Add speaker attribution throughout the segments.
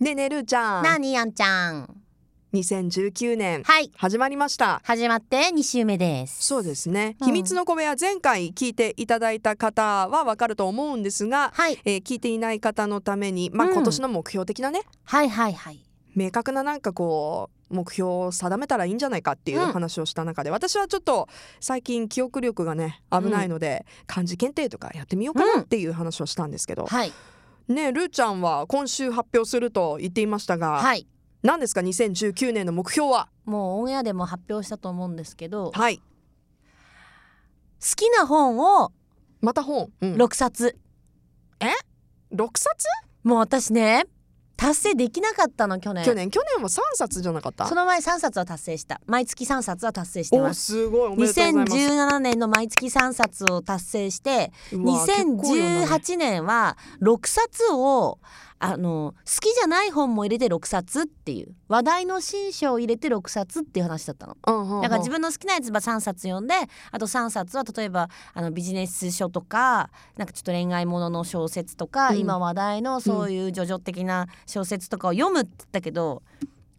Speaker 1: ねえねるちゃん
Speaker 2: なあにやんちゃん
Speaker 1: 2019年
Speaker 2: はい
Speaker 1: 始まりました
Speaker 2: 始まって2週目です
Speaker 1: そうですね、
Speaker 2: うん
Speaker 1: 秘密の小部屋前回聞いていただいた方はわかると思うんですが、
Speaker 2: はい
Speaker 1: えー聞いていない方のためにまあ
Speaker 2: うん
Speaker 1: 今年の目標的なね、
Speaker 2: はいはいはい
Speaker 1: 明確ななんかこう目標を定めたらいいんじゃないかっていう
Speaker 2: うん
Speaker 1: 話をした中で、私はちょっと最近記憶力がね危ないので、漢字検定とかやってみようかなっていう話をしたんですけど、
Speaker 2: はい
Speaker 1: ねえるーちゃんは今週発表すると言っていましたが、
Speaker 2: はい
Speaker 1: 何ですか2019年の目標は
Speaker 2: もうオンエアでも発表したと思うんですけど好
Speaker 1: はい
Speaker 2: きな本を
Speaker 1: また本、うん、
Speaker 2: 6冊、
Speaker 1: 6冊
Speaker 2: もう私ね達成できなかったの去年
Speaker 1: 去年去年は3冊じゃなかった
Speaker 2: その前3冊は達成した毎月3冊は達成して
Speaker 1: お
Speaker 2: ます
Speaker 1: すごいおめでとうございます
Speaker 2: 2017年の毎月3冊を達成して
Speaker 1: うわ結構読んだね
Speaker 2: 2018年は6冊をあの好きじゃない本も入れて6冊っていう話題の新書を入れて6冊っていう話だったの。
Speaker 1: うんうんうん
Speaker 2: だから自分の好きなやつば3冊読んであと3冊は例えばあのビジネス書とかなんかちょっと恋愛ものの小説とか、
Speaker 1: うん
Speaker 2: 今話題のそういう叙々的な小説とかを読むって言ったけど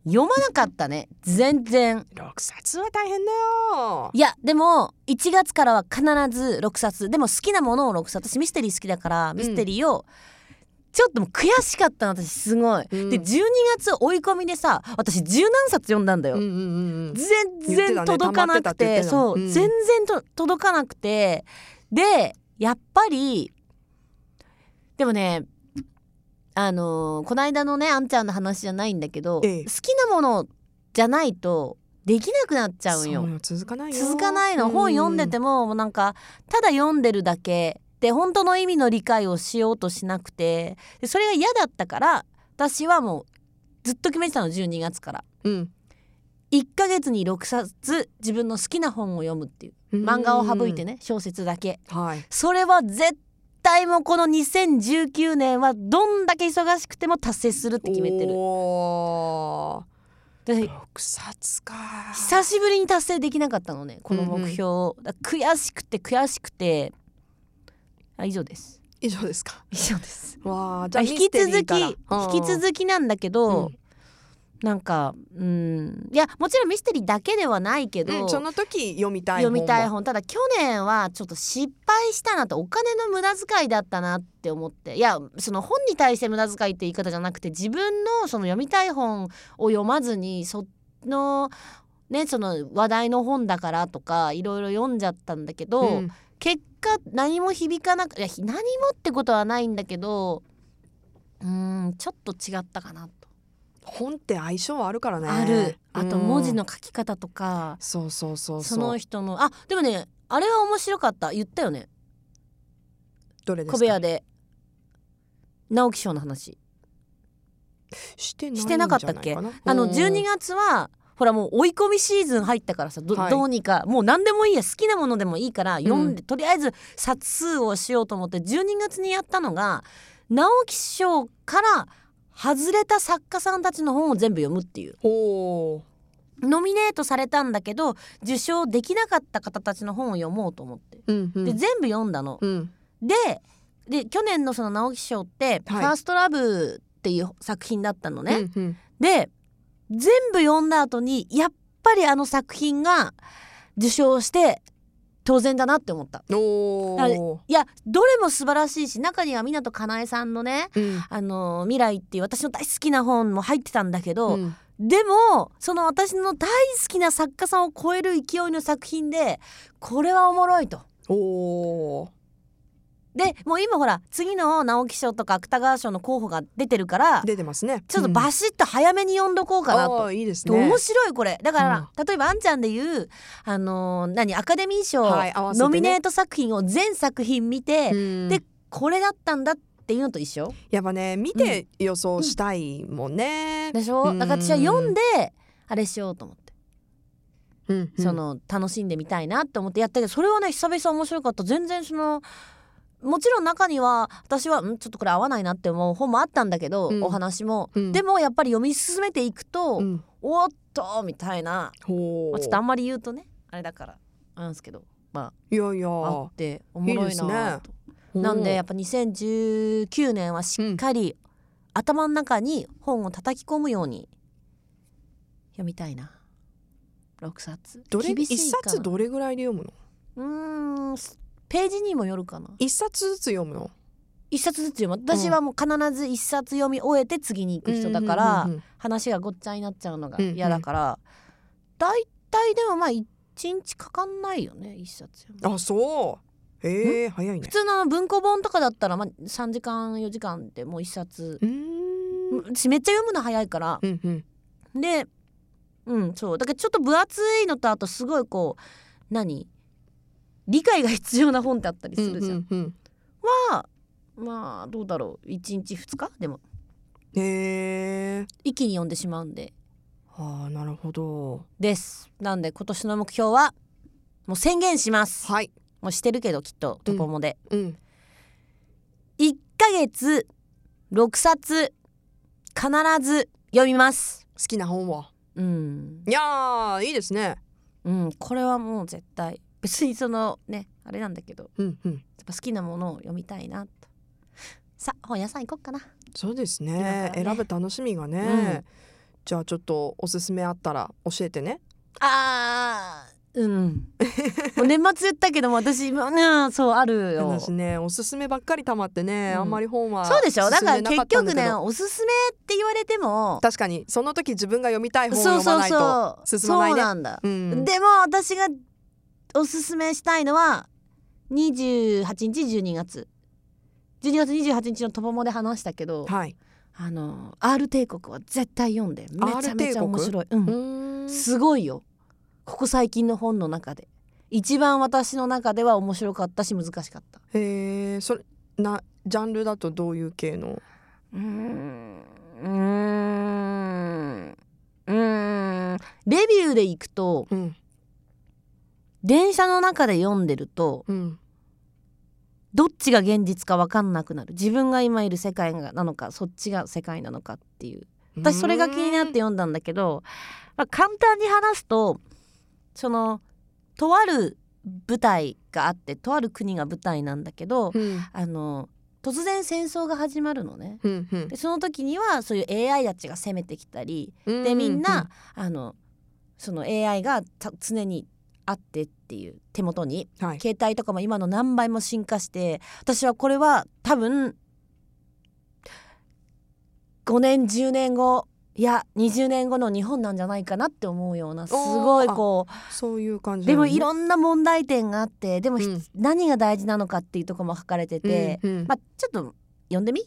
Speaker 2: 読まなかったね全然。
Speaker 1: 6冊は大変だよ
Speaker 2: いやでも1月からは必ず6冊でも好きなものを6冊私ミステリー好きだからミステリーを、ちょっともう悔しかったの私すご
Speaker 1: う
Speaker 2: い、
Speaker 1: ん
Speaker 2: で12月追い込みでさ私十何冊読んだんだよ、
Speaker 1: うんうんうんうん
Speaker 2: 全
Speaker 1: 言ってた
Speaker 2: 然
Speaker 1: ね
Speaker 2: 届か
Speaker 1: 溜ま
Speaker 2: な
Speaker 1: ってたっ
Speaker 2: く
Speaker 1: て
Speaker 2: て
Speaker 1: 言ってた
Speaker 2: そう、
Speaker 1: うん
Speaker 2: 全然と届かなくてでやっぱりでもねあのーこないだのねあんちゃんの話じゃないんだけど、
Speaker 1: ええ
Speaker 2: 好きなものじゃないとできなくなっちゃうんよ
Speaker 1: そう。続かないよ
Speaker 2: 続かないの本読んでてももうなんかただ読んでるだけで本当の意味の理解をしようとしなくてでそれが嫌だったから私はもうずっと決めてたの12月から
Speaker 1: うん
Speaker 2: 1ヶ月に6冊自分の好きな本を読むっていう
Speaker 1: うん
Speaker 2: 漫画を省いてね小説だけ
Speaker 1: はい
Speaker 2: それは絶対もうこの2019年はどんだけ忙しくても達成するって決めてる
Speaker 1: お
Speaker 2: で
Speaker 1: 6冊か
Speaker 2: 久しぶりに達成できなかったのねこの目標を、だから悔しくて悔しくてあ以上です
Speaker 1: 以上ですか
Speaker 2: 以上です
Speaker 1: わあじゃあ
Speaker 2: 引き続き引き
Speaker 1: き
Speaker 2: 続きなんだけど、なんかうんいやもちろんミステリーだけではないけど、
Speaker 1: うん、その時読みたい
Speaker 2: 読
Speaker 1: 本も
Speaker 2: みたい本ただ去年はちょっと失敗したなとお金の無駄遣いだったなって思っていやその本に対して無駄遣いって言い方じゃなくて自分のその読みたい本を読まずにそのねその話題の本だからとかいろいろ読んじゃったんだけど、
Speaker 1: うん
Speaker 2: 結果何も響かなくいやひ何もってことはないんだけどうーんちょっと違ったかなと。
Speaker 1: 本って相性はあるからね
Speaker 2: あるあと
Speaker 1: うん
Speaker 2: 文字の書き方とか、
Speaker 1: そうそうそう
Speaker 2: そうの人のあでもねあれは面白かった言ったよね
Speaker 1: どれですか
Speaker 2: 小部屋で直木賞の話
Speaker 1: してないん
Speaker 2: し
Speaker 1: じ
Speaker 2: て
Speaker 1: ゃ
Speaker 2: ないか
Speaker 1: か
Speaker 2: ったっけ
Speaker 1: な
Speaker 2: あの
Speaker 1: うん
Speaker 2: 12月はほらもう追い込みシーズン入ったからさど,、
Speaker 1: はいう
Speaker 2: にかもう何でもいいや好きなものでもいいから読んで、とりあえず冊数をしようと思って12月にやったのが直木賞から外れた作家さんたちの本を全部読むっていう
Speaker 1: おー
Speaker 2: ノミネートされたんだけど受賞できなかった方たちの本を読もうと思って
Speaker 1: うんう
Speaker 2: で
Speaker 1: ん
Speaker 2: 全部読んだの。
Speaker 1: うん
Speaker 2: でで去年のその直木賞って「フ
Speaker 1: はい
Speaker 2: ァーストラブ」っていう作品だったのね。
Speaker 1: うんうん
Speaker 2: で全部読んだ後にやっぱりあの作品が受賞して当然だなって思った。
Speaker 1: お
Speaker 2: あれ
Speaker 1: ー
Speaker 2: いやどれも素晴らしいし中には湊かなえさんのね
Speaker 1: うん
Speaker 2: 「あの未来」っていう私の大好きな本も入ってたんだけど、
Speaker 1: うん
Speaker 2: でもその私の大好きな作家さんを超える勢いの作品でこれはおもろいと。
Speaker 1: おー
Speaker 2: でもう今ほら次の直木賞とか芥川賞の候補が出てるから
Speaker 1: 出てますね
Speaker 2: ちょっとバシッと早めに読んどこうかなと。
Speaker 1: うんあーいいです
Speaker 2: で
Speaker 1: ね
Speaker 2: 面白いこれだから、例えばあんちゃんで言う、あのー何アカデミー賞、
Speaker 1: はい合わせてね
Speaker 2: ノミネート作品を全作品見て、
Speaker 1: うん
Speaker 2: でこれだったんだっていうのと一緒
Speaker 1: やっぱね見て予想したいもんね
Speaker 2: でしょ、
Speaker 1: うん
Speaker 2: だから私は読んであれしようと思って、
Speaker 1: うんうん
Speaker 2: その楽しんでみたいなって思ってやったけどそれはね久々面白かった全然そのもちろん中には私はんちょっとこれ合わないなって思う本もあったんだけど、
Speaker 1: うん
Speaker 2: お話も、
Speaker 1: うん
Speaker 2: でもやっぱり読み進めていくと、
Speaker 1: うん
Speaker 2: おっとみたいな
Speaker 1: お
Speaker 2: まあ
Speaker 1: ー
Speaker 2: ちょっとあんまり言うとねあれだからあれなんですけどま
Speaker 1: いやいや
Speaker 2: ああっておもろ
Speaker 1: いいで
Speaker 2: いなと
Speaker 1: すね
Speaker 2: なんでやっぱ2019年はしっかり頭の中に本を叩き込むように読みたいな6冊
Speaker 1: どれ
Speaker 2: 厳し
Speaker 1: 一
Speaker 2: いかな
Speaker 1: 冊どれぐらいで読むの
Speaker 2: うーんページにもよるかな
Speaker 1: 一冊ずつ読むの
Speaker 2: 一冊ずつ読む私はもう必ず一冊読み終えて次に行く人だから、
Speaker 1: うんうんうん
Speaker 2: 話がごっちゃになっちゃうのが嫌だから、だいたいでもまあ一日かかんないよね一冊読む
Speaker 1: うんあそうへえ早いね
Speaker 2: 普通の文庫本とかだったら、まあ、3時間4時間でもう一冊
Speaker 1: うーんうん
Speaker 2: 私めっちゃ読むの早いから
Speaker 1: うんうん
Speaker 2: でうんそうだけどちょっと分厚いのとあとすごいこう何理解が必要な本ってあったりするじゃん、
Speaker 1: うんうん
Speaker 2: はまあどうだろう1日2日でも
Speaker 1: うんへえ
Speaker 2: 一気に読んでしまうんで
Speaker 1: あーなるほど
Speaker 2: ですなんで今年の目標はもう宣言します
Speaker 1: はい
Speaker 2: もうしてるけどきっとトポモで、
Speaker 1: うん
Speaker 2: 1ヶ月6冊必ず読みます
Speaker 1: 好きな本は
Speaker 2: うん、
Speaker 1: いやーいいですね
Speaker 2: うん、これはもう絶対別にそのねあれなんだけどや
Speaker 1: うんうん
Speaker 2: っぱ好きなものを読みたいなとさあ本屋さん行こっかな
Speaker 1: そうです
Speaker 2: だ
Speaker 1: ね
Speaker 2: からね
Speaker 1: 選ぶ楽しみがね、
Speaker 2: うん
Speaker 1: じゃあちょっとおすすめあったら教えてね
Speaker 2: あーうんもう年末言ったけども私今うんそうあるよ
Speaker 1: 私ねおすすめばっかりたまってね、
Speaker 2: うん
Speaker 1: あんまり本は
Speaker 2: そうでしょだ
Speaker 1: 進ん
Speaker 2: から
Speaker 1: な
Speaker 2: 結
Speaker 1: ったんだけ
Speaker 2: 局
Speaker 1: ど
Speaker 2: ねおすすめって言われても
Speaker 1: 確かにその時自分が読みたい本を
Speaker 2: そう
Speaker 1: 読ま
Speaker 2: そう
Speaker 1: ないと
Speaker 2: そう
Speaker 1: 進まないね
Speaker 2: そうなんだ、
Speaker 1: うん
Speaker 2: でも私がおすすめしたいのは28日12月12月28日のトポモで話したけど
Speaker 1: はい
Speaker 2: あの R 帝国は絶対読んでめちゃめち
Speaker 1: R 帝
Speaker 2: ゃ
Speaker 1: 国
Speaker 2: 面白い、うん
Speaker 1: うーん
Speaker 2: すごいよここ最近の本の中で一番私の中では面白かったし難しかった
Speaker 1: へえそれなジャンルだとどういう系の
Speaker 2: うーんうーんうーんレビューでいくと
Speaker 1: うん
Speaker 2: 電車の中で読んでると
Speaker 1: うん
Speaker 2: どっちが現実か分かんなくなる自分が今いる世界がなのかそっちが世界なのかっていう私それが気になって読んだんだけど、まあ、簡単に話すとそのとある舞台があってとある国が舞台なんだけど
Speaker 1: うん
Speaker 2: あの突然戦争が始まるのね。
Speaker 1: うんうん
Speaker 2: でその時にはそういう AI たちが攻めてきたり
Speaker 1: うん
Speaker 2: でみんなあのその AI がた常にあってっていう手元に
Speaker 1: うんはい
Speaker 2: 携帯とかも今の何倍も進化して私はこれは多分5年10年後いや20年後の日本なんじゃないかなって思うようなすごいこ
Speaker 1: そういう感
Speaker 2: う
Speaker 1: じ
Speaker 2: でもい
Speaker 1: 色
Speaker 2: ろんな問題点があってでもひ、
Speaker 1: うん
Speaker 2: 何が大事なのかっていうとこも書かれてて、
Speaker 1: うんうん
Speaker 2: まあちょっと読んでみい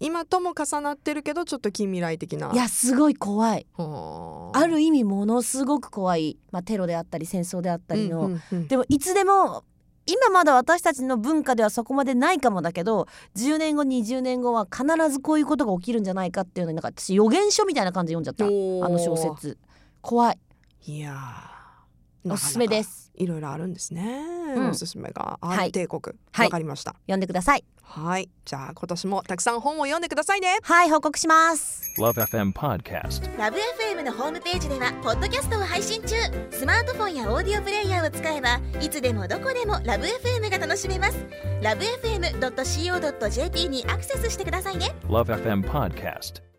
Speaker 1: 今とも重なってるけどちょっと近未来的な
Speaker 2: やすごい怖い
Speaker 1: はー
Speaker 2: ある意味ものすごく怖い、まあ、テロであったり戦争であったりの、
Speaker 1: うんうんうん
Speaker 2: でもいつでも今まだ私たちの文化ではそこまでないかもだけど10年後20年後は必ずこういうことが起きるんじゃないかっていうのになんか私予言書みたいな感じで読んじゃった
Speaker 1: おー
Speaker 2: あの小説怖い
Speaker 1: いやーなかなか
Speaker 2: おすすめです
Speaker 1: いろいろあるんですね、
Speaker 2: うん
Speaker 1: おすすめが
Speaker 2: はい
Speaker 1: R 帝国わ、
Speaker 2: はい
Speaker 1: かりました
Speaker 2: 読んでください
Speaker 1: はいじゃあ今年もたくさん本を読んでくださいね
Speaker 2: はい報告します
Speaker 3: Love FM Podcast.
Speaker 4: ラブ f m のホームページではポッドキャストを配信中スマートフォンやオーディオプレイヤーを使えばいつでもどこでもラブ f m が楽しめますラブ FM.co.jp にアクセスしてくださいね
Speaker 3: Love FM Podcast.